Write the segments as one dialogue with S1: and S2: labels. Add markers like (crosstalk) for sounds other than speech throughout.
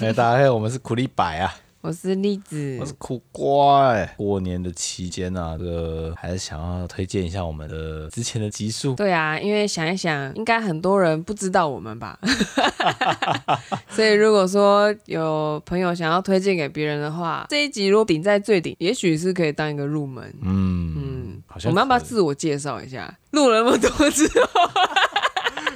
S1: 哎，大家好，我们是苦力白啊，
S2: 我是栗子
S1: 我，是苦瓜哎、过年的期间啊，这个还是想要推荐一下我们的之前的集数，
S2: 对啊，因为想一想，应该很多人不知道我们
S1: (laughs)
S2: 吧， (laughs) 所以如果说有朋友想要推荐给别人的话，这一集如果顶在最顶，也许是可以当一个入门。
S1: 嗯嗯，好
S2: 我
S1: 像
S2: 们要不要
S1: 可以
S2: 自我介绍一下？录了那么多之后，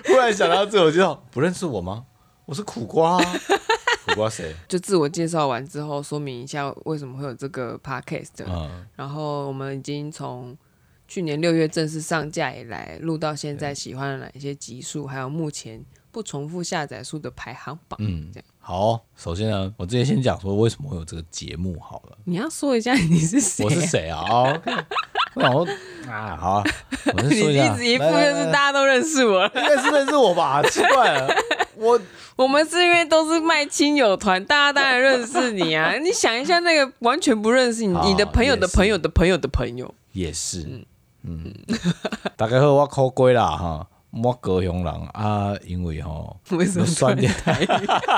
S1: 突然想到自我介绍，不认识我吗？我是苦瓜、啊， (laughs) 苦瓜谁？
S2: 就自我介绍完之后，说明一下为什么会有这个 podcast。
S1: 嗯，
S2: 然后我们已经从去年六月正式上架以来，录到现在，喜欢了哪一些集数，还有目前不重复下载数的排行榜。
S1: 嗯
S2: 这样
S1: 好，首先呢，我之前先讲说为什么会有这个节目好了，
S2: 你要说一下你是谁？
S1: 我是
S2: (laughs)
S1: 谁啊？哦，我想说啊，好啊，我先
S2: (laughs) 你
S1: 说下，
S2: 一直一副就
S1: 来来
S2: 是
S1: 来
S2: 大家都认识我了。
S1: 应该是认识我吧？奇怪了，我
S2: 我们是因为都是卖亲友团，大家当然认识你啊。
S1: (laughs)
S2: 你想一下，那个完全不认识你，
S1: 好
S2: 你的朋友的
S1: 也是
S2: 朋友的朋友的朋友，
S1: 也是，嗯，大概好，我考过啦哈，我高雄人啊，因为吼，
S2: 为什么突
S1: 酸
S2: 然
S1: 点
S2: 台语？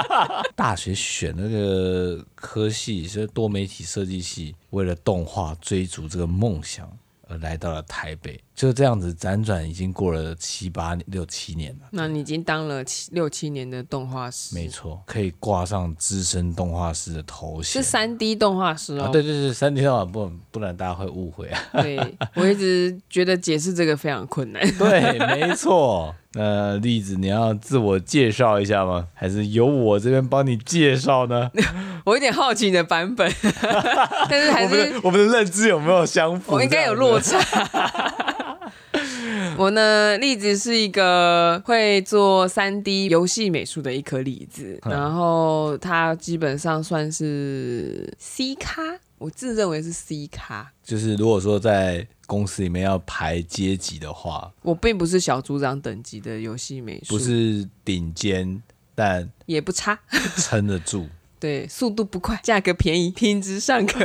S1: (laughs) 大学选那个科系是多媒体设计系，为了动画追逐这个梦想而来到了台北，就这样子辗转已经过了七八年六七年了。
S2: 那你已经当了七六七年的动画师，
S1: 没错，可以挂上资深动画师的头衔
S2: 是三 D 动画师哦。
S1: 啊！对对对，三天到晚不不然大家会误会啊。
S2: 对我一直觉得解释这个非常困
S1: (laughs)
S2: 难。
S1: 对，没错。那栗子，你要自我介绍一下吗？还是由我这边帮你介绍呢？
S2: 我有点好奇你的版
S1: (laughs)
S2: 本，但 (laughs) 是还
S1: 我们
S2: 是
S1: 的我们的认知有没有相符？
S2: 我应该有
S1: 哦
S2: 落差。 (laughs) 我呢，栗子是一个会做三 D 游戏美术的一颗栗子，
S1: 嗯
S2: 然后它基本上算是 C 咖，我自认为是 C 咖。
S1: 就是如果说在公司里面要排阶级的话，
S2: 我并不是小组长等级的游戏美术，
S1: 不是顶尖，但
S2: 也不差，
S1: 撑得住。 (laughs)
S2: 对，速度不快，价格便宜，品质尚
S1: (laughs)
S2: 可，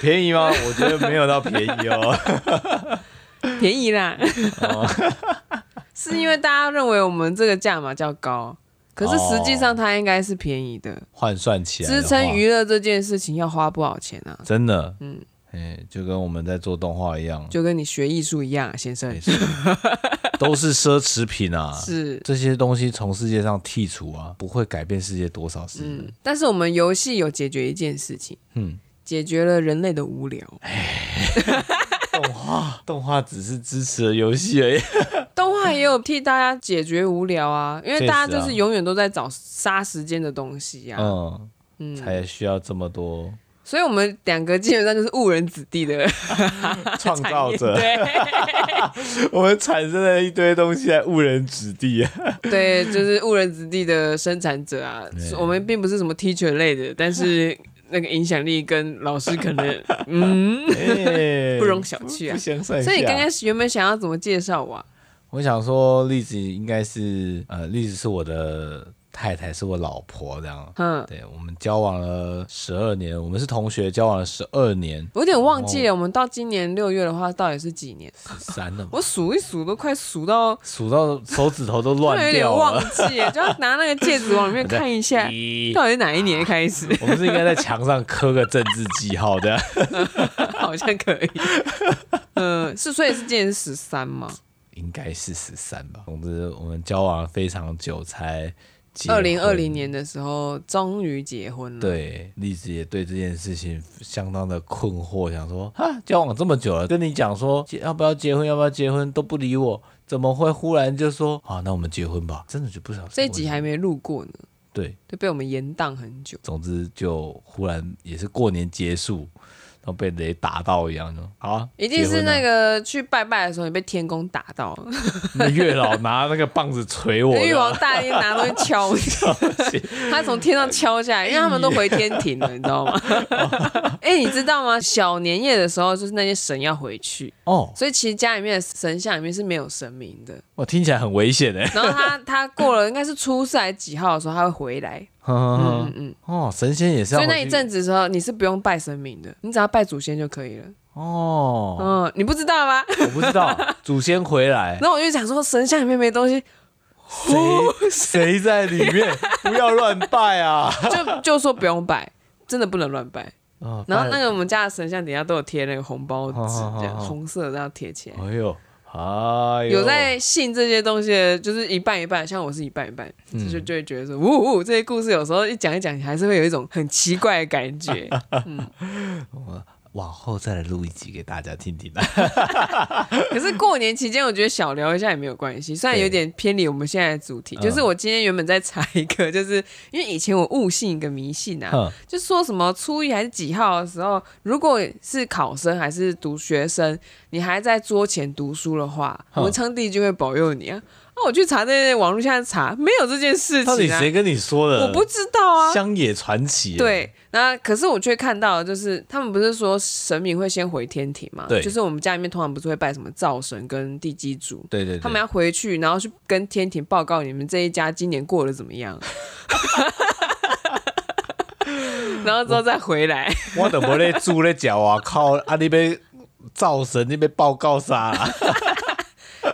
S1: 便宜吗？我觉得没有到便宜
S2: (laughs)
S1: 哦。
S2: 便宜啦。 (laughs) 是因为大家认为我们这个价码较高，可是实际上它应该是便宜的。
S1: 换算起来的话，
S2: 支撑娱乐这件事情要花不少钱啊，
S1: 真的，嗯，哎，就跟我们在做动画一样，
S2: 就跟你学艺术一样、啊，先生
S1: 没。错都是奢侈品啊。
S2: 是，
S1: 这些东西从世界上剔除啊，不会改变世界多少事。
S2: 嗯，但是我们游戏有解决一件事情，
S1: 嗯，哎
S2: 解决了人类的无聊。
S1: 动画，动画只是支持了游戏而已。
S2: 动画也有替大家解决无聊啊，因为大
S1: 确实
S2: 家
S1: 啊
S2: 就是永远都在找杀时间的东西啊，
S1: 嗯，才需要这么
S2: (laughs)
S1: 多
S2: 所以我们两个基本上就是误人子弟的 (laughs)
S1: 创造者，
S2: 对。
S1: (laughs) 我们产生了一堆东西来误人子弟啊。
S2: 对，就是误人子弟的生产者啊。
S1: 对
S2: 我们并不是什么 teacher 类的，但是那个影响力跟老师可
S1: (laughs)
S2: 能，嗯。
S1: (laughs) 哎
S2: 不容小觑啊
S1: 不相上下。
S2: 所以你刚开始原本想要怎么介绍我、啊？
S1: 我想说，栗子应该是呃，栗子是我的太太，是我老婆这样。
S2: 嗯，
S1: 对我们交往了十二年，我们是同学，交往了十二年，
S2: 我有点忘记
S1: 哦
S2: 了，我们到今年六月的话，到底是几年？
S1: 十三了嘛，
S2: 我数一数，都快数到，
S1: 数到手指头都
S2: 突
S1: 乱
S2: 然有点
S1: 掉
S2: 忘
S1: 了。(laughs)
S2: 记了，就要拿那个戒指往里面看一下，
S1: 咦
S2: 到底是哪一年开始？
S1: 我们是应该在墙上刻个政治记号的，
S2: 好像可以。嗯，是所以是今年十三嘛？
S1: 应该是十三吧。总之，我们交往了非常久才结婚
S2: 二零二零。年的时候，终于结婚了。
S1: 对，栗子也对这件事情相当的困惑，想说啊，交往这么久了，跟你讲说结要不要结婚，要不要结婚都不理我，怎么会忽然就说啊，那我们结婚吧？真的就不想
S2: 这一集还没录过呢，
S1: 对，
S2: 就被我们延宕很久。
S1: 总之就忽然也是过年结束，然后被雷打到一样，就好、啊，
S2: 一定是那
S1: 个
S2: 个去拜拜的时候，你被天公打到，
S1: 月老拿那个棒子捶
S2: (laughs)
S1: 我，
S2: 玉皇大帝拿东西敲你，
S1: (laughs)
S2: 他从天上敲下来，因为他们都回天庭了，你知
S1: (laughs)
S2: 道吗？
S1: 哦
S2: 哎、你知道吗？小年夜的时候，就是那些神要回去，
S1: 哦，
S2: 所以其实家里面的神像里面是没有神明的。
S1: 我听起来很危险哎。
S2: 然后
S1: (laughs)
S2: 他他过了应该是初四还是几号的时候，他会回来。嗯嗯
S1: 嗯，
S2: 嗯。
S1: 哦，神仙也是要
S2: 所
S1: 回去，
S2: 以那一阵子的时候，你是不用拜神明的，你只要拜祖先就可以了。
S1: 哦， (laughs)
S2: 嗯，你不知道吗？ (laughs)
S1: 我不知道，祖先回来
S2: 然后我就想说，神像里面没东西，
S1: 谁谁在里面？不要乱拜啊！
S2: 就就说不用拜，真的不能乱拜。
S1: 哦
S2: (laughs) 然后那
S1: 拜
S2: 个我们家的神像底下都有贴那个红包
S1: 好
S2: 纸
S1: 好，好
S2: 这样
S1: 好
S2: 红色的这样贴起来。
S1: 哎呦，哎呦，
S2: 有在信这些东西的，就是一半一半，像我是一半一半，
S1: 嗯
S2: 就就会觉得说，呜呜，这些故事有时候一讲一讲，你还是会有一种很奇怪的
S1: (laughs)
S2: 感觉。
S1: 往后再来录一集给大家听听啊。
S2: 可是过年期间，我觉得小聊一下也没有关系，虽然有点偏离我们现在的主题。
S1: 嗯
S2: 就是我今天原本在查一个，就是因为以前我误信一个迷信啊，
S1: 哼
S2: 就说什么初一还是几号的时候，如果是考生还是读学生，你还在桌前读书的话，
S1: 嗯
S2: 文昌帝君会保佑你啊。那、我去查这些网络上查，没有这件事
S1: (laughs) 到底
S2: 情啊
S1: 谁。跟你说的？
S2: 我不知道啊。
S1: 乡野传奇。，
S2: 对，那可是我却看到，就是他们不是说神明会先回天庭嘛？
S1: 对
S2: 就是我们家里面通常不是会拜什么灶神跟地基主，
S1: 对对对，
S2: 他们要回去，然后去跟天庭报告你们这一家今年过得怎么样， (laughs) 然后之后再回来。
S1: 我都无咧煮咧食，我靠！啊，你被造神，你被报告啥 (laughs) 啦？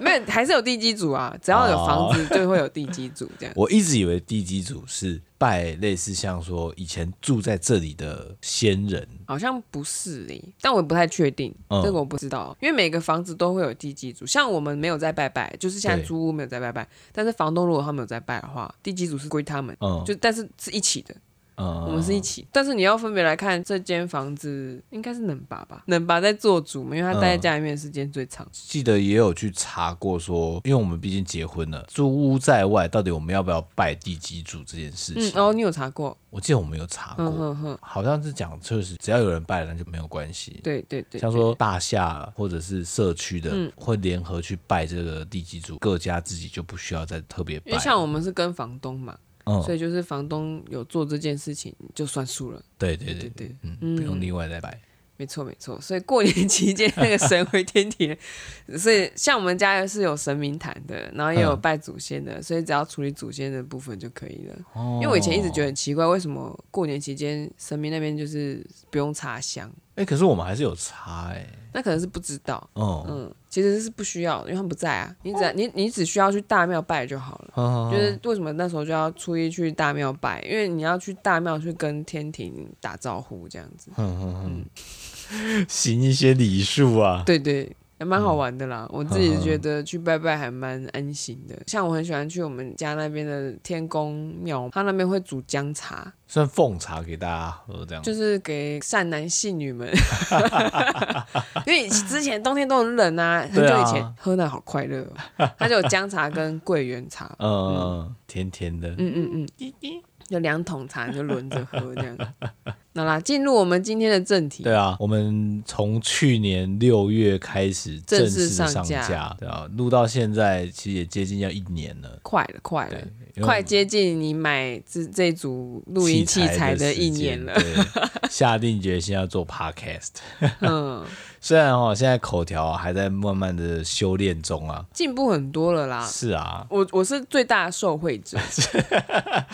S2: 没有，还是有地基主啊，只要有房子就会有地基主这样。
S1: 我一直以为地基主是拜类似像说以前住在这里的先人，
S2: 好像不是诶、但我也不太确定，
S1: 嗯
S2: 这个我不知道，因为每个房子都会有地基主，像我们没有在拜拜，就是现在
S1: 对
S2: 租屋没有在拜拜，但是房东如果他们有在拜的话，地基主是归他们，
S1: 嗯，
S2: 就但是是一起的，
S1: 嗯，
S2: 我们是一起，但是你要分别来看这间房子，应该是能拔吧，能拔在做主嘛，因为他
S1: 嗯
S2: 待在家里面的时间最长，
S1: 记得也有去查过说，因为我们毕竟结婚了，住屋在外，到底我们要不要拜地基主这件事
S2: 嗯
S1: 情？，
S2: 哦，你有查过，
S1: 我记得我们有查啊过，
S2: 嗯哼哼，
S1: 好像是讲就是只要有人拜了，那就没有关系。
S2: 对对对，
S1: 像
S2: 对
S1: 说大厦或者是社区的、
S2: 嗯
S1: 会联合去拜这个地基主，各家自己就不需要再特别拜。
S2: 因为像我们是跟房东嘛，
S1: 嗯，
S2: 所以就是房东有做这件事情就算数了，
S1: 对对
S2: 对
S1: 对，
S2: 对。
S1: 嗯，不用另外再拜。
S2: 没错没错，所以过年期间那个神回天 (laughs) 庭，所以像我们家是有神明坛的，然后也有
S1: 嗯
S2: 拜祖先的，所以只要处理祖先的部分就可以了。
S1: 哦
S2: 因为我以前一直觉得，很奇怪，为什么过年期间神明那边就是不用插香？
S1: 哎、可是我们还是有差哎、
S2: 那可能是不知道，
S1: 哦、嗯，
S2: 嗯，其实是不需要的，因为他们不在啊，你只要你你只需要去大庙拜就好了。
S1: 哦
S2: 嗯就是为什么那时候就要初一去大庙拜，因为你要去大庙去跟天庭打招呼这样子。嗯
S1: (laughs) 行一些礼数啊。
S2: 对对，还蛮
S1: 嗯
S2: 好玩的啦。我自己觉得去拜拜还蛮安心的。像我很喜欢去我们家那边的天宫庙，他那边会煮姜茶，
S1: 算奉茶给大家喝这样。
S2: 就是给善男信女们。 (laughs) 因为之前冬天都很冷啊，很久以前、
S1: 对啊
S2: 喝那好快乐、哦，它就有姜茶跟桂圆茶。
S1: 嗯嗯，甜甜的。
S2: 嗯嗯嗯，有两桶茶你就轮着喝
S1: (laughs)
S2: 这样。那啦，进入我们今天的正题。
S1: 对啊，我们从去年六月开始
S2: 正
S1: 正
S2: 式
S1: 式
S2: 上
S1: 上
S2: 架
S1: 架，对啊，录到现在其实也接近要一年了。
S2: 快了，快了
S1: 对，，因为
S2: 快接近你买这这组录音器材的一年了。
S1: 时间。对， (laughs) 下定决心要做 podcast。
S2: 嗯，
S1: 虽然哦，现在口条啊还在慢慢的修炼中啊。
S2: 进步很多了啦。
S1: 是啊，
S2: 我我是最大的受惠者。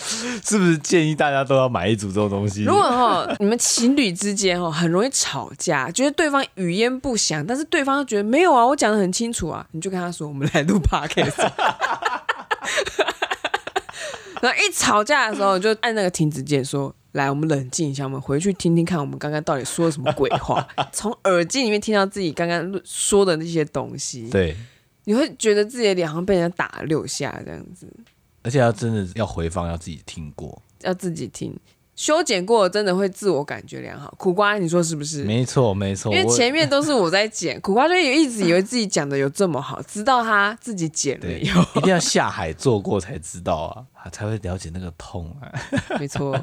S1: 是不是建议大家都要买一组这种东西？
S2: 如果哈，你们情侣之间哈很容易吵架，觉得对方语言不详，但是对方又觉得没有啊，我讲的很清楚啊，你就跟他说我们来录 podcast。然后一吵架的时候，就按那个停止键说。来，我们冷静一下，我们回去听听看，我们刚刚到底说了什么鬼话，从耳机里面听到自己刚刚说的那些东西，
S1: 对，
S2: 你会觉得自己的脸好像被人家打了六下这样子。
S1: 而且要真的要回放，要自己听过。
S2: 要自己听。修剪过的真的会自我感觉良好，苦瓜你说是不是？
S1: 没错，没错。
S2: 因为
S1: 哦我
S2: 前面都是我
S1: (laughs)
S2: 在剪，苦瓜就一直以为自己讲的有这么好，直到他自己剪了
S1: 对，
S2: 以后，
S1: (laughs)
S2: (laughs)
S1: 一定要下海做过才知道啊，啊才会了解那个痛啊。 (laughs)
S2: 没错，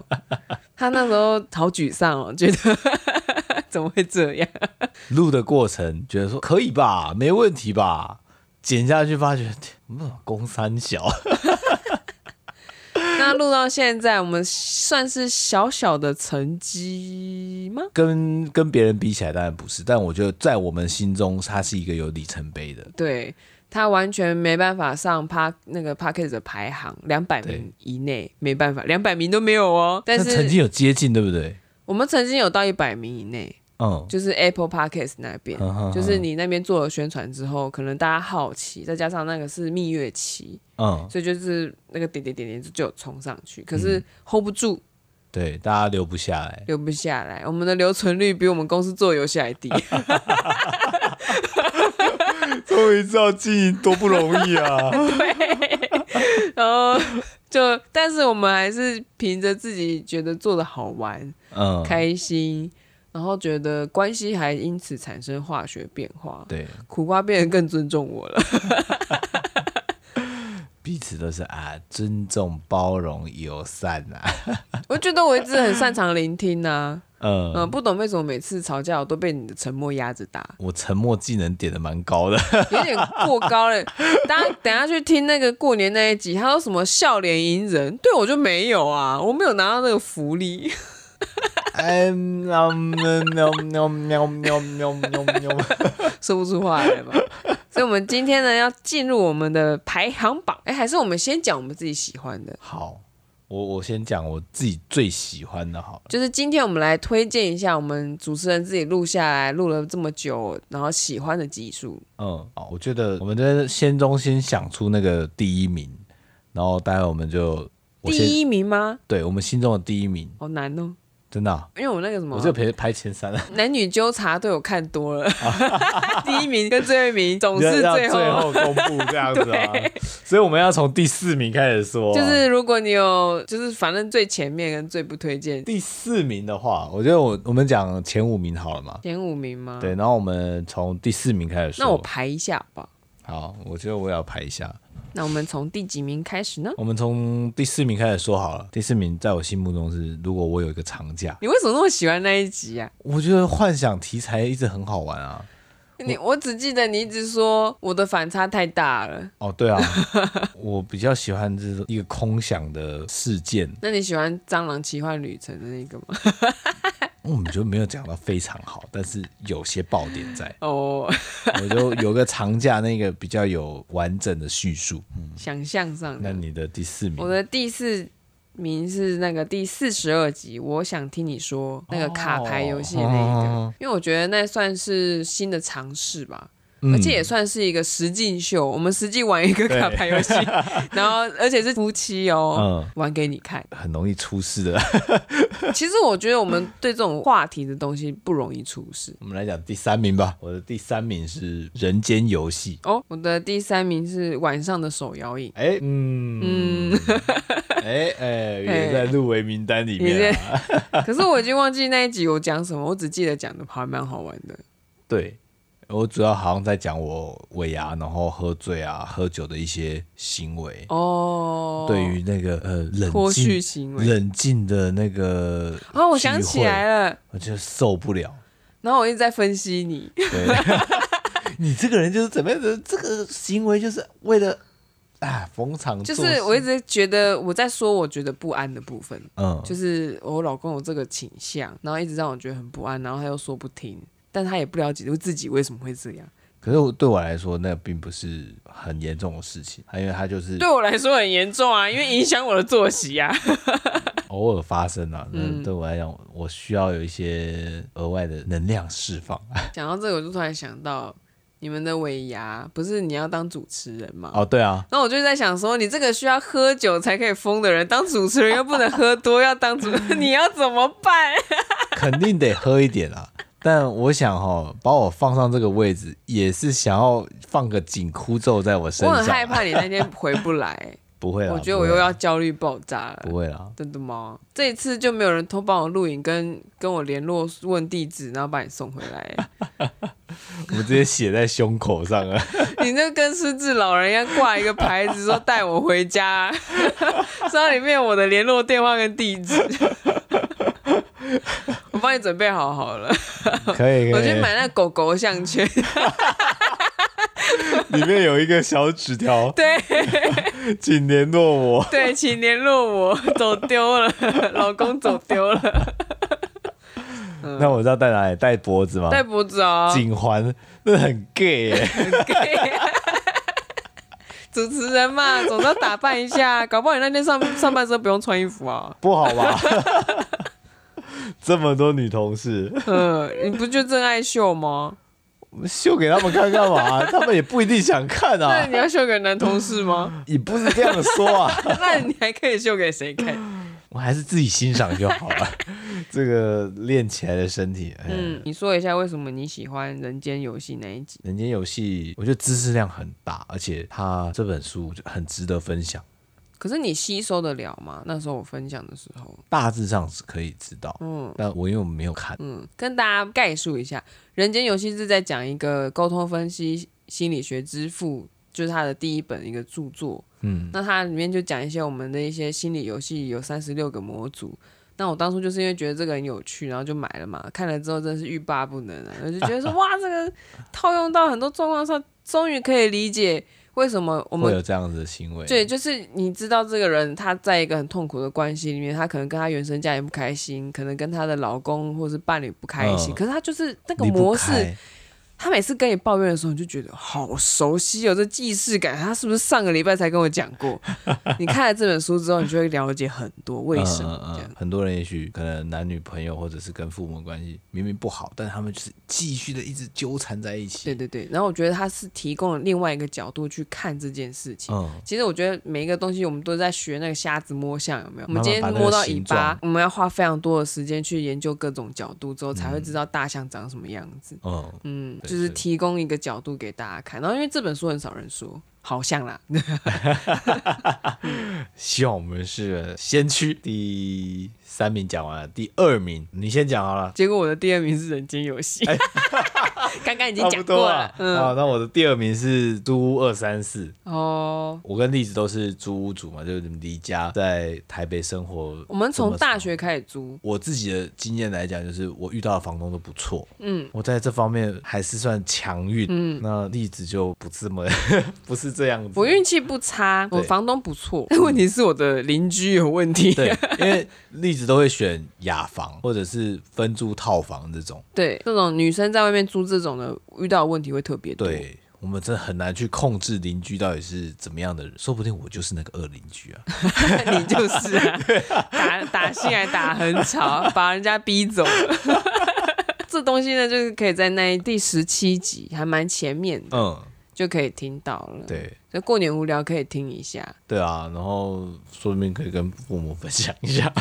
S2: 他那时候好沮丧哦，觉得 (laughs) 怎么会这样？
S1: 录的过程觉得说可以吧，没问题吧，剪下去发觉， (laughs) 嗯，公三小， (laughs)
S2: 那录到现在，我们算是小小的成绩吗？
S1: 跟跟别人比起来当然不是，但我觉得在我们心中，它是一个有里程碑的。
S2: 对他完全没办法上趴那个 p a c k a g e 的排行，两百
S1: 对
S2: 名以内没办法，两百名都没有哦。但
S1: 但
S2: 是
S1: 曾经有接近，对不对？
S2: 我们曾经有到一百名以内，
S1: 嗯，
S2: 就是 Apple Podcast 那边，
S1: 嗯哼
S2: 就是你那边做了宣传之后，可能大家好奇，再加上那个是蜜月期，
S1: 嗯，
S2: 所以就是那个点点点点就有冲上去，可是 hold 不住，
S1: 对，大家留不下来。
S2: 留不下来。我们的留存率比我们公司做游戏还低，
S1: (laughs)
S2: (laughs)
S1: 终于知道经营多不容易啊！
S2: 然后就，但是我们还是凭着自己觉得做的好玩、
S1: (laughs) 嗯，
S2: 开心，然后觉得关系还因此产生化学变化。
S1: 对，
S2: 苦瓜变得更尊重我了， (laughs)
S1: 彼此都是啊，尊重、包容、友善啊。 (laughs)
S2: 我觉得我一直很擅长聆听呐、
S1: 嗯，
S2: 嗯，不懂为什么每次吵架我都被你的沉默压着打，
S1: 我沉默技能点的蛮高的。
S2: 有点过高了。 (laughs) 大家等一下去听那个过年那一集，他说什么笑脸迎人，对我就没有啊，我没有拿到那个福利。 (laughs)
S1: 嗯，喵喵喵喵喵喵喵喵。
S2: 说不出话来吧。所以，我们今天呢要进入我们的排行榜。哎，还是我们先讲我们自己喜欢的，
S1: 好，我我先讲我自己最喜欢的好了。
S2: 就是今天我们来推荐一下我们主持人自己录下来录了这么久，然后喜欢的集数。
S1: 嗯，好，我觉得我们在先中先想出那个第一名，然后待会我们就我先
S2: 第一名吗？
S1: 对我们心中的第一名，
S2: 好难哦，
S1: 真的啊、
S2: 因为我那个什么
S1: 我就排排前三了，
S2: 男女纠察队我看
S1: (laughs)
S2: 多了， (laughs) 第一名跟最后一名总是
S1: 啊要
S2: 最
S1: 最
S2: 后。
S1: 后公布这样子
S2: (laughs)
S1: 啊，所以我们要从第四名开始说啊、
S2: 就是如果你有，就是反正最前面跟最不推荐
S1: 第四名的话，我觉得我我们讲前五名好了嘛，
S2: 前五名吗？
S1: 对，，然后我们从第四名开始说。
S2: 嗯那我排一下吧。
S1: 好，我觉得我也要排一下，
S2: 那我们从第几名开始呢？
S1: 我们从第四名开始说好了。第四名在我心目中是，如果我有一个长假，
S2: 你为什么那么喜欢那一集啊？
S1: 我觉得幻想题材一直很好玩啊。
S2: 你我只记得你一直说我的反差太大了。
S1: 哦，
S2: (laughs)
S1: 对啊，我比较喜欢这种一个空想的事件。
S2: 那你喜欢《蟑螂奇幻旅程》的那个
S1: (laughs)
S2: 吗？。
S1: 我们就没有讲到非常好，但是有些爆点在
S2: 哦、
S1: 我就有个长假那个比较有完整的叙述。
S2: 想象上
S1: 那
S2: 的。
S1: 你的第四名，
S2: 我的第四名是那个第四十二集，我想听你说那个卡牌游戏的那一个，
S1: 哦
S2: 因为我觉得那算是新的尝试吧。
S1: 嗯
S2: 而且也算是一个实境秀，我们实际玩一个卡牌
S1: (laughs)
S2: 游戏，然后而且是夫妻哦，
S1: 嗯，
S2: 玩给你看。
S1: 很容易出事的。
S2: 其实我觉得我们对这种话题的东西不容易出事。
S1: 我们来讲第三名吧。我的第三名是《人间游戏》。
S2: 哦，我的第三名是晚上的手摇饮，
S1: 哎，嗯，哎哎，也在入围名单里
S2: 哎
S1: 面、啊。
S2: (laughs) 可是我已经忘记那一集有讲什么，我只记得讲的还蛮好玩的。
S1: 对，我主要好像在讲我尾牙，然后喝醉啊、喝酒的一些行为。
S2: 哦，
S1: 对于那个呃冷
S2: 脱序
S1: 静、
S2: 行为。
S1: 冷静的那个
S2: 哦，我想起来
S1: 了，
S2: 了，
S1: 我就受不了。
S2: 然后我一直在分析你，
S1: 对， (laughs) 你这个人就是怎么样的？这个行为就是为了啊逢场
S2: 就
S1: 作
S2: 是
S1: 戏
S2: 我一直觉得我在说我觉得不安的部分，
S1: 嗯，
S2: 就是我老公有这个倾向，然后一直让我觉得很不安，然后他又说不听，但他也不了解自己为什么会这样。
S1: 可是我对我来说，那并不是很严重的事情，因为它就是
S2: 对我来说很严重啊，因为影响我的作息
S1: (laughs)
S2: 啊。
S1: 偶尔发生啊。
S2: 嗯
S1: 那对我来讲，我需要有一些额外的能量释放 (laughs)
S2: 讲到这个，我就突然想到，你们的尾牙不是你要当主持人吗？
S1: 哦，对啊，
S2: 那我就在想说，你这个需要喝酒才可以疯的人，当主持人又不能喝多，要
S1: (laughs)
S2: 当主，你要怎么办？
S1: 肯定得喝一点啊。但我想哦，把我放上这个位置，也是想要放个紧箍咒在我身
S2: 我
S1: 上。啊
S2: 很害怕你那天回
S1: (laughs)
S2: 不来，
S1: 不会啦，啊
S2: 我觉得我又要焦虑爆炸了
S1: 不。会啦。
S2: 真的吗？这一次就没有人偷帮我录影跟跟我联络问地址，然后把你送回来。
S1: 我们直接写在胸口上
S2: (laughs)
S1: 啊。 (laughs)
S2: 你那跟失智老人一样挂一个牌子说带我回家，上里面我的联络电话跟地址。我帮你准备好好了，
S1: 可以可以，
S2: 我去买那狗狗项圈。
S1: 里面有一个小纸条，
S2: (laughs) 对
S1: (laughs) 请联络我。
S2: 对，请联络我，走丢了，老公走丢了，嗯
S1: 那我知道带哪里，带脖子吗？
S2: 戴脖子啊，
S1: 颈环，那很 gay
S2: (laughs)
S1: 耶、
S2: 主持人嘛，总是要打扮一 (laughs) 下，搞不好你那天上上班的时候不用穿衣服啊。
S1: 不好吧？
S3: 这么多女同事，
S2: 呃，你不就真爱秀吗？
S3: 秀给他们看干嘛？他们也不一定想看
S2: 那
S3: 啊，
S2: 你要秀给男同事
S1: (laughs)
S2: 吗？
S3: 也不是这样说
S2: (laughs)
S3: 啊，
S2: 那你还可以秀给谁看？
S1: 我还是自己欣赏就好了。
S3: 这个练起来的身体，哎、
S2: 嗯，你说一下为什么你喜欢《人间游戏》那一集？
S1: 人间游戏，我觉得知识量很大，而且它这本书很值得分享。
S2: 可是你吸收得了吗？那时候我分享的时候，
S1: 大致上是可以知道，
S2: 嗯
S1: 但我因为我没有看，
S2: 嗯，跟大家概述一下，《人间游戏》是在讲一个沟通分析心理学之父，就是他的第一本一个著作。
S1: 嗯，
S2: 那它里面就讲一些我们的一些心理游戏，有三十六个模组。那我当初就是因为觉得这个很有趣，然后就买了嘛。看了之后真的是欲罢不能啊，我就觉
S1: (laughs)
S2: 得说哇，这个套用到很多状况上，终于可以理解为什么我
S1: 会
S2: 们
S1: 有这样子的行为。
S2: 对，就是你知道这个人他在一个很痛苦的关系里面，他可能跟他原生家庭不开心，可能跟他的老公或是伴侣不开心，
S1: 嗯
S2: 可是他就是那个
S1: 离不
S2: 模式，
S1: 开，
S2: 他每次跟你抱怨的时候，你就觉得好熟悉哦，这既视感，他是不是上个礼拜才跟我讲过？ (laughs) 你看了这本书之后，你就会了解很多为什么
S1: 嗯
S2: 这
S1: 嗯
S2: 样。
S1: 嗯很多人也许可能男女朋友或者是跟父母关系明明不好，但他们就是继续的一直纠缠在一起。
S2: 对对对，然后我觉得他是提供了另外一个角度去看这件事情。
S1: 嗯，
S2: 其实我觉得每一个东西，我们都在学那个瞎子摸象，有没有？我
S1: 慢
S2: 们
S1: 慢
S2: 今天
S1: 把那个
S2: 摸到尾
S1: 形
S2: 巴
S1: 状，
S2: 我们要花非常多的时间去研究各种角度之后，才会知道大象长什么样子。
S1: 嗯，
S2: 嗯，
S1: 对
S2: 就是
S1: 对
S2: 提供一个角度给大家看。然后因为这本书很少人说，好像啦，
S1: 希望我们是先驱。第三名讲完了，第二名你先讲好了。
S2: 结果我的第二名是《人间游戏》， (laughs) 刚刚已经
S3: 差不
S2: 讲
S3: 多
S2: 过
S3: 啊
S2: 了。。嗯，
S3: 啊，那我的第二名是租二三四，
S2: 哦，
S1: 我跟栗子都是租屋主嘛，就是离家在台北生活。
S2: 我们从大
S1: 学。
S2: 学开始租，
S1: 我自己的经验来讲，就是我遇到的房东都不错，
S2: 嗯，
S1: 我在这方面还是算强运，嗯，那例子就不这么 (laughs) 不是这样子，
S2: 我运气不差，我
S1: 对
S2: 房东不错，但问题是我的邻居有问题。
S1: 对，因为例子都会选雅房或者是分租套房这种，
S2: 对，这种女生在外面租这种的，遇到的问题会特别多。
S1: 对。我们真的很难去控制邻居到底是怎么样的人，说不定我就是那个恶邻居啊！
S2: (laughs) 你就是啊，打打信还打很吵，把人家逼走了。 (laughs) 这东西呢，就是可以在那一第十七集还蛮前面的，
S1: 嗯，
S2: 就可以听到了。，
S1: 对
S2: 所以过年无聊可以听一下。
S1: 对啊，然后说不定可以跟父母分享一
S2: (laughs)
S1: 下。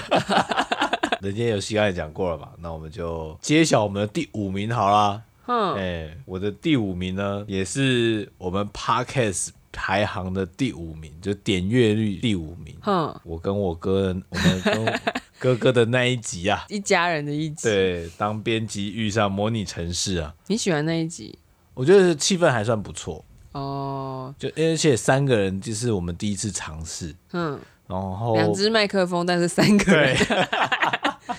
S1: 人间游戏刚才讲过了嘛，那我们就揭晓我们的第五名好啦。
S2: 哼、
S1: 哎、我的第五名呢，也是我们 podcast 排行的第五名，就点阅率第五名。
S2: 哼，
S1: 我跟我哥，我们
S2: (laughs)
S1: 跟哥哥的那一集啊，
S2: 一家人的一集。
S1: 对，当编辑遇上模拟城市啊，
S2: 你喜欢那一集
S1: 我觉得气氛还算不错。
S2: 哦？
S1: 就而且三个人就是我们第一次尝试，
S2: 嗯，
S1: 然后
S2: 两只麦克风，但是三个人
S1: 哦对。。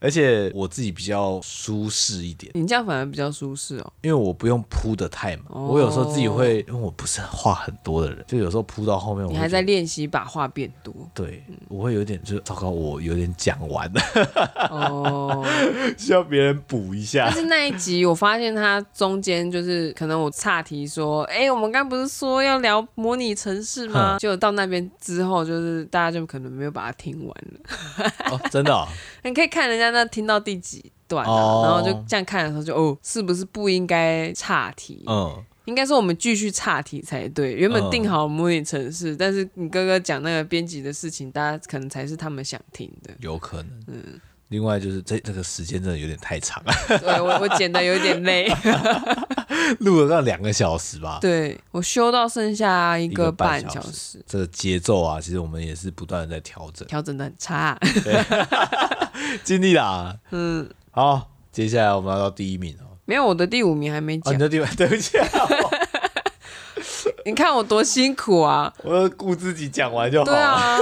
S1: 而且我自己比较舒适一点，
S2: (laughs) 你这样反而比较舒适哦。
S1: 因为我不用铺的太满，
S2: 哦
S1: 我有时候自己会，因为我不是话很多的人，就有时候铺到后面我
S2: 你
S1: 会
S2: 还在
S1: 觉得
S2: 练习把话变多
S1: (laughs) 对，我会有点就是糟糕，我有点讲完
S2: (laughs)
S1: 了，
S2: 哦。
S3: 需要别人补一下
S2: (laughs) 但。是那一集我发现它中间就是可能我岔题说，哎、我们刚不是说要聊模拟城市吗？结果到那边之后，就是大家就可能没有把它听完了。
S1: 哦，真的哦、
S2: 你可以看人家那听到第几段、啊，
S1: 哦
S2: 然后就这样看的时候就哦，是不是不应该岔题？
S1: 嗯，
S2: 应该说我们继续岔题才对。原本
S1: 嗯。
S2: 定好模拟城市，但是你哥哥讲那个编辑的事情，大家可能才是他们想听的
S1: (laughs) 有可能，嗯。另外就是这这个时间真的有点太长了， (laughs)
S2: 对我我剪的有点累，
S1: 录了那两个小时吧。
S2: 对我修到剩下一
S1: 一
S2: 个
S1: 个
S2: 半
S1: 半
S2: 小
S1: 小时
S2: 时。
S1: 这个节奏啊，其实我们也是不断的在调整，
S2: 调整的很
S1: (laughs)
S2: 差。
S1: 尽力啦。
S2: 嗯，
S1: 好，接下来我们要到第一名哦。
S2: 没有我的第五名还没
S1: 哦，
S2: 讲，
S1: 你的第一名， (laughs) 对不起啊，
S2: 你看我多辛苦
S1: (laughs)
S2: 啊！
S3: 我顾自己讲完
S1: 哦
S3: 就好
S2: 对
S3: 了。
S2: 啊，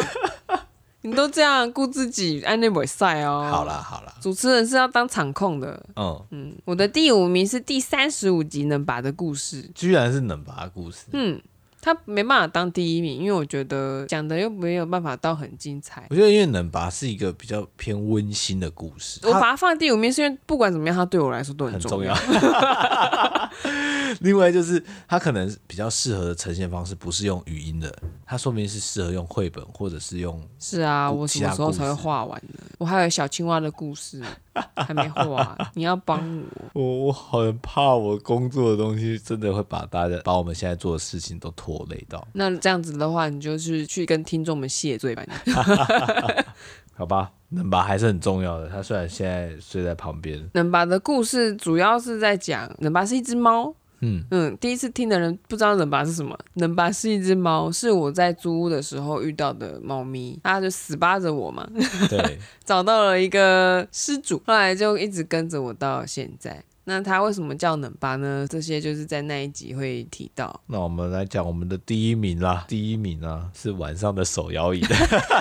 S2: 你都这样顾自己，安内不赛哦。
S1: 好，啦好啦，
S2: 主持人是要当场控的。
S1: 嗯，
S2: 嗯，我的第五名是第三十五集《能拔的故事》。
S1: 居然是冷拔故事，
S2: 嗯，他没办法当第一名，因为我觉得讲的又没有办法到很精彩。
S1: 我觉得因为冷拔是一个比较偏温馨的故事，
S2: 我
S1: 它
S2: 把它放在第五名，是因为不管怎么样，它对我来说都
S1: 很
S2: 重
S1: 重要。 (laughs) 另外就是它可能比较适合的呈现方式不是用语音的，它说明是适合用绘本或者是用
S2: 是啊，
S1: 故
S2: 我什么时候才会画完呢？我还有小青蛙的故事还没画，你要帮我。
S1: 我我很怕我工作的东西真的会把大家把我们现在做的事情都拖累到，
S2: 那这样子的话，你就是去跟听众们谢罪吧。你
S1: 好吧？能吧还是很重要的。他虽然现在睡在旁边，
S2: 冷爸的故事主要是在讲冷爸是一只猫。
S1: 嗯
S2: 嗯，第一次听的人不知道冷爸是什么。冷爸是一只猫，是我在租屋的时候遇到的猫咪，它就死扒着我嘛，
S1: 对， (laughs)
S2: 找到了一个失主，后来就一直跟着我到现在。那它为什么叫冷爸呢？这些就是在那一集会提到。
S1: 那我们来讲我们的第一名啦，第一名啊是晚上的手摇椅的， (laughs)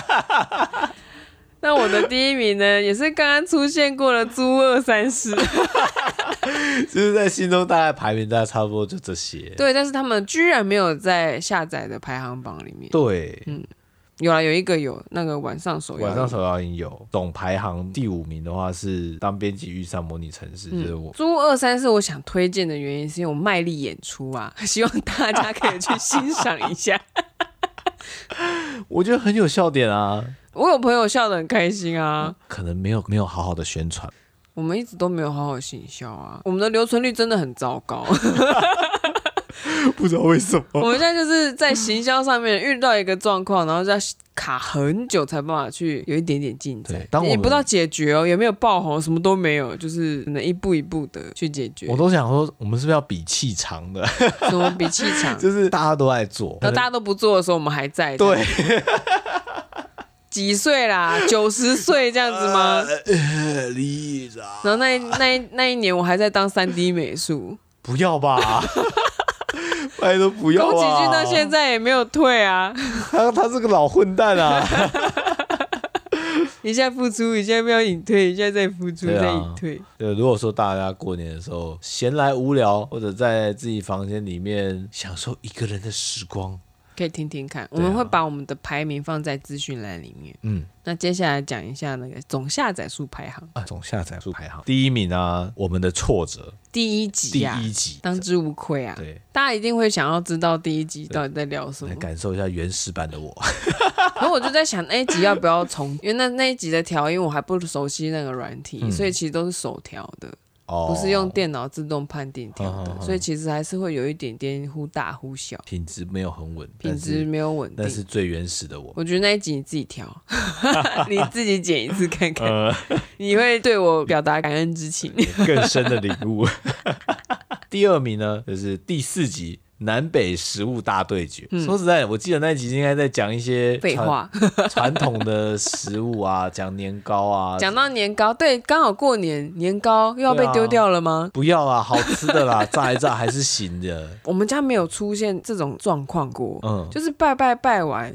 S2: 那我的第一名呢，也是刚刚出现过的猪二三
S1: (laughs)
S2: 四，
S1: 就是在心中大概排名大概差不多就这些。
S2: 对，但是他们居然没有在下载的排行榜里面。
S1: 对，
S2: 有啊，有一个有那个晚上手摇椅，
S1: 晚上手摇椅有总排行第五名的话是当编辑遇上模拟城市，就是我
S2: 猪二三四，我想推荐的原因是因为我卖力演出啊，希望大家可以去欣赏
S1: (laughs)
S2: 一下。
S1: 我觉得很有笑点啊，
S2: 我有朋友笑得很开心啊，
S1: 可能没有没有好好的宣传。
S2: 我们一直都没有好好行销啊，我们的留存率真的很糟糕。
S1: (laughs)
S2: (laughs)
S1: 不知道为什么。
S2: 我们现在就是在行销上面遇到一个状况，然后就要卡很久才办法去有一点点进展
S1: 对。当我们
S2: 也不知道解决哦，也没有爆红，什么都没有，就是可能一步一步的去解决
S1: (laughs) 我。都想说，我们是不是要比气长的？ (laughs)
S2: 什么比气场，
S1: 就是大家都在做，
S2: 然后大家都不做的时候，我们还在。
S1: 对，
S2: 几岁啦？九十岁这样子吗？
S1: 呃，李长，
S2: 然后那一那一那一年，我还在当三 D 美
S1: (laughs)
S2: 术，
S1: 不要 (laughs) 吧，拜托不要
S2: 宫崎
S1: 啊！
S2: 骏到现在也没有退啊，
S1: (laughs) 他他是个老混蛋啊！ (laughs)
S2: 一下付出，一下不要隐退，一下再付出，
S1: 对啊
S2: 再隐退。
S1: 对，如果说大家过年的时候闲来无聊，或者在自己房间里面享受一个人的时光，
S2: 可以听听看，我
S1: 啊
S2: 们会把我们的排名放在资讯栏里面。
S1: 嗯
S2: 那接下来讲一下那个总下载数排行
S1: 啊，总下载数排行第一名啊，我们的挫折
S2: 第一集
S1: 第
S2: 啊，
S1: 一集，
S2: 当之无愧啊！
S1: 对，
S2: 大家一定会想要知道第一集到底在聊什么
S1: (laughs) 来。感受一下原始版的我。
S2: 然后我就在想那一集要不要重，因为那那一集的调音我还不熟悉那个软体，
S1: 嗯
S2: 所以其实都是手调的，
S1: 哦，
S2: 不是用电脑自动判定调
S1: 哦
S2: 的，
S1: 哦哦
S2: 所以其实还是会有一点点忽大忽小，
S1: 品质没有很稳，
S2: 品质没有稳
S1: 但是那是
S2: 定。
S1: 最原始的我。
S2: 我觉得那一集你自
S1: (laughs)
S2: 己调，你自己剪一次看
S1: 呃
S2: 看，你会对我表达感恩
S1: (laughs)
S2: 之情。
S1: 更深的领悟。 (laughs) 第二名呢，就是第四集南北食物大对决。说实在，我记得那集应该在讲一些
S2: 嗯废话，
S1: 传传统的食物啊， (laughs) 讲年糕啊，
S2: 讲到年糕，对，刚好过年，年糕又要被
S1: 对啊
S2: 丢掉了吗？
S1: 不要啊，好吃的啦，炸一炸还是行的。
S2: 我们家没有出现这种状况过，
S1: 嗯，
S2: 就是拜拜拜完，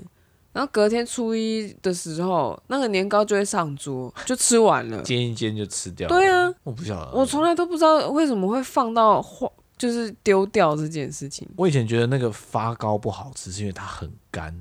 S2: 然后隔天初一的时候，那个年糕就会上桌，
S1: (laughs)
S2: 就吃完了。
S1: 煎一煎就吃掉。
S2: 对，啊，
S1: 我不晓得。
S2: 我从来都不知道为什么会放到化，就是丢掉这件事情。
S1: 我以前觉得那个发糕不好吃，是因为它很干。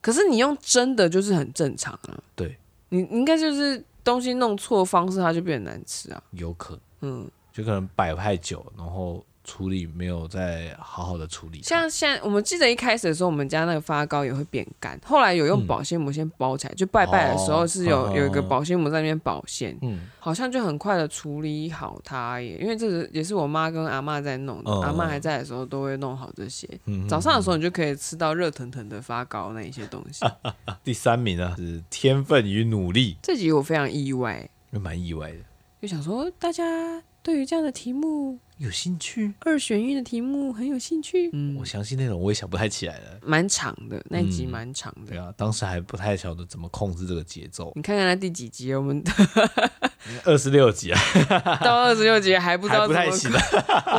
S2: 可是你用蒸的，就是很正常啊。
S1: 对，
S2: 你你应该就是东西弄错方式，它就变得难吃啊。
S1: 有可能
S2: 嗯，
S1: 就可能摆太久，然后处理没有再好好的处理它。
S2: 像现在我们记得一开始的时候，我们家那个发糕也会变干，后来有用
S1: 嗯
S2: 保鲜膜先包起来，就拜拜的时候
S1: 哦
S2: 是有、
S1: 嗯
S2: 有一个保鲜膜在那边保鲜，
S1: 嗯，
S2: 好像就很快的处理好它耶，因为这个也是我妈跟阿嬷在弄的，
S1: 嗯
S2: 阿嬷还在的时候都会弄好这些。
S1: 嗯
S2: 早上的时候你就可以吃到热腾腾的发糕那一些东西，
S1: 啊第三名呢是天分与努力，
S2: 这集我非常意外，
S1: 就蛮意外的。
S2: 就想说大家对于这样的题目，
S1: 有兴趣？
S2: 二选一的题目很有兴趣，嗯
S1: 我，详细内容我也想不太起来了。
S2: 蛮长的那一集
S1: 嗯
S2: 蛮长的
S1: 对，啊，当时还不太晓得怎么控制这个节奏。
S2: 你看看它第几集，我们 (laughs)
S1: 二十六集啊，
S2: 到二十六集还不知道
S1: 还不
S2: 怎
S1: 太
S2: 么
S1: 行。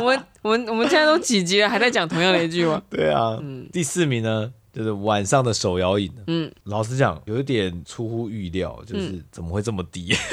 S2: 我们我们我们现在都几集了，还在讲同样的一句 (laughs) 吗？
S1: 对啊，第四名呢就是晚上的手摇饮。
S2: 嗯，
S1: 老实讲，有一点出乎预料，就是怎么会这么低？ (laughs)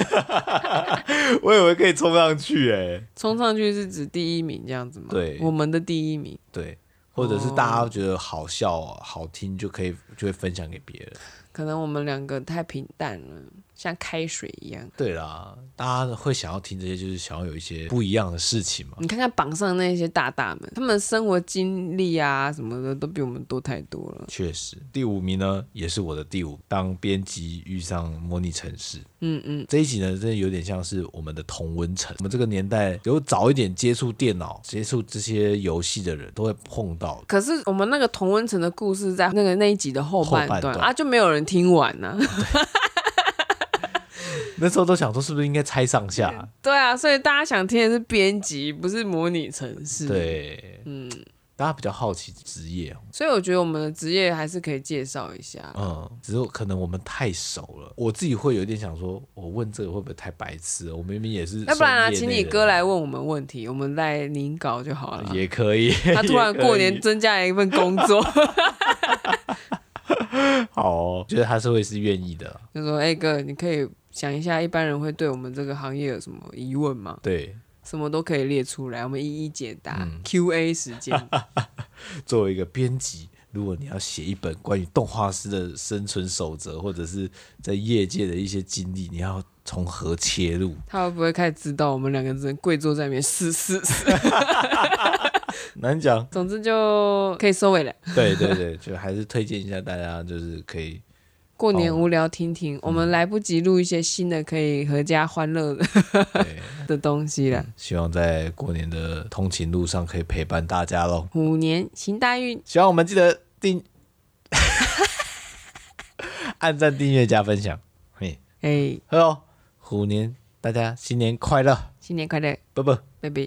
S1: 我以为可以冲上去哎、
S2: 冲上去是指第一名这样子吗？
S1: 对
S2: 我们的第一名。
S1: 对，或者是大家觉得好笑、哦好听，就可以就会分享给别人。
S2: 可能我们两个太平淡了，像开水一样。
S1: 对啦，大家会想要听这些，就是想要有一些不一样的事情嘛。
S2: 你看看榜上那些大大们，他们生活经历啊什么的都比我们多太多了。
S1: 确实，第五名呢也是我的第五，当编辑遇上模拟城市。
S2: 嗯嗯，
S1: 这一集呢，真的有点像是我们的同温层。我们这个年代有早一点接触电脑、接触这些游戏的人，都会碰到。
S2: 可是我们那个同温层的故事在那个那一集的后半
S1: 后半
S2: 段
S1: 段
S2: 啊，就没有人听完啊呢、
S1: 那时候都想说，是不是应该拆上下？
S2: 对啊，所以大家想听的是编辑，不是模拟城市。，
S1: 对，嗯，大家比较好奇职业哦，
S2: 所以我觉得我们的职业还是可以介绍一下。
S1: 嗯，只是可能我们太熟了，我自己会有点想说，我问这个会不会太白痴了？我明明也是，
S2: 要不然啊，请你哥。来问我们问题，我们来领稿就好了。
S1: (laughs) 也可以，
S2: 他突然
S1: 也可以
S2: 过年增加了一份工作，
S1: 好、哦，觉得他是会是愿意的啦，
S2: (laughs) 就说：“哎、哥，你可以想一下，一般人会对我们这个行业有什么疑问吗？
S1: 对，
S2: 什么都可以列出来，我们一一解答。Q&A
S1: 嗯
S2: 时
S1: (laughs)
S2: 间，
S1: 作为一个编辑，如果你要写一本关于动画师的生存守则，或者是在业界的一些经历，你要从何切入？
S2: 他会不会开始知道我们两个人跪坐在那边撕撕撕？
S1: 难讲。
S2: 总之就可以收尾了。
S1: 对对对，就还是推荐一下大家，就是可以
S2: 过
S1: 哦
S2: 年无聊听听，我们来不及录一些新的可以合家欢乐的
S1: 对，
S2: (laughs) 的东西了。
S1: 希望在过年的通勤路上可以陪伴大家喽。
S2: 虎年行大运，
S1: 希望我们记得订、 (laughs) 按赞、订阅、加分享。嘿，
S2: 哎，
S1: h e 虎年大家新年快乐，
S2: 新年快乐，
S1: 拜拜。
S2: 拜拜。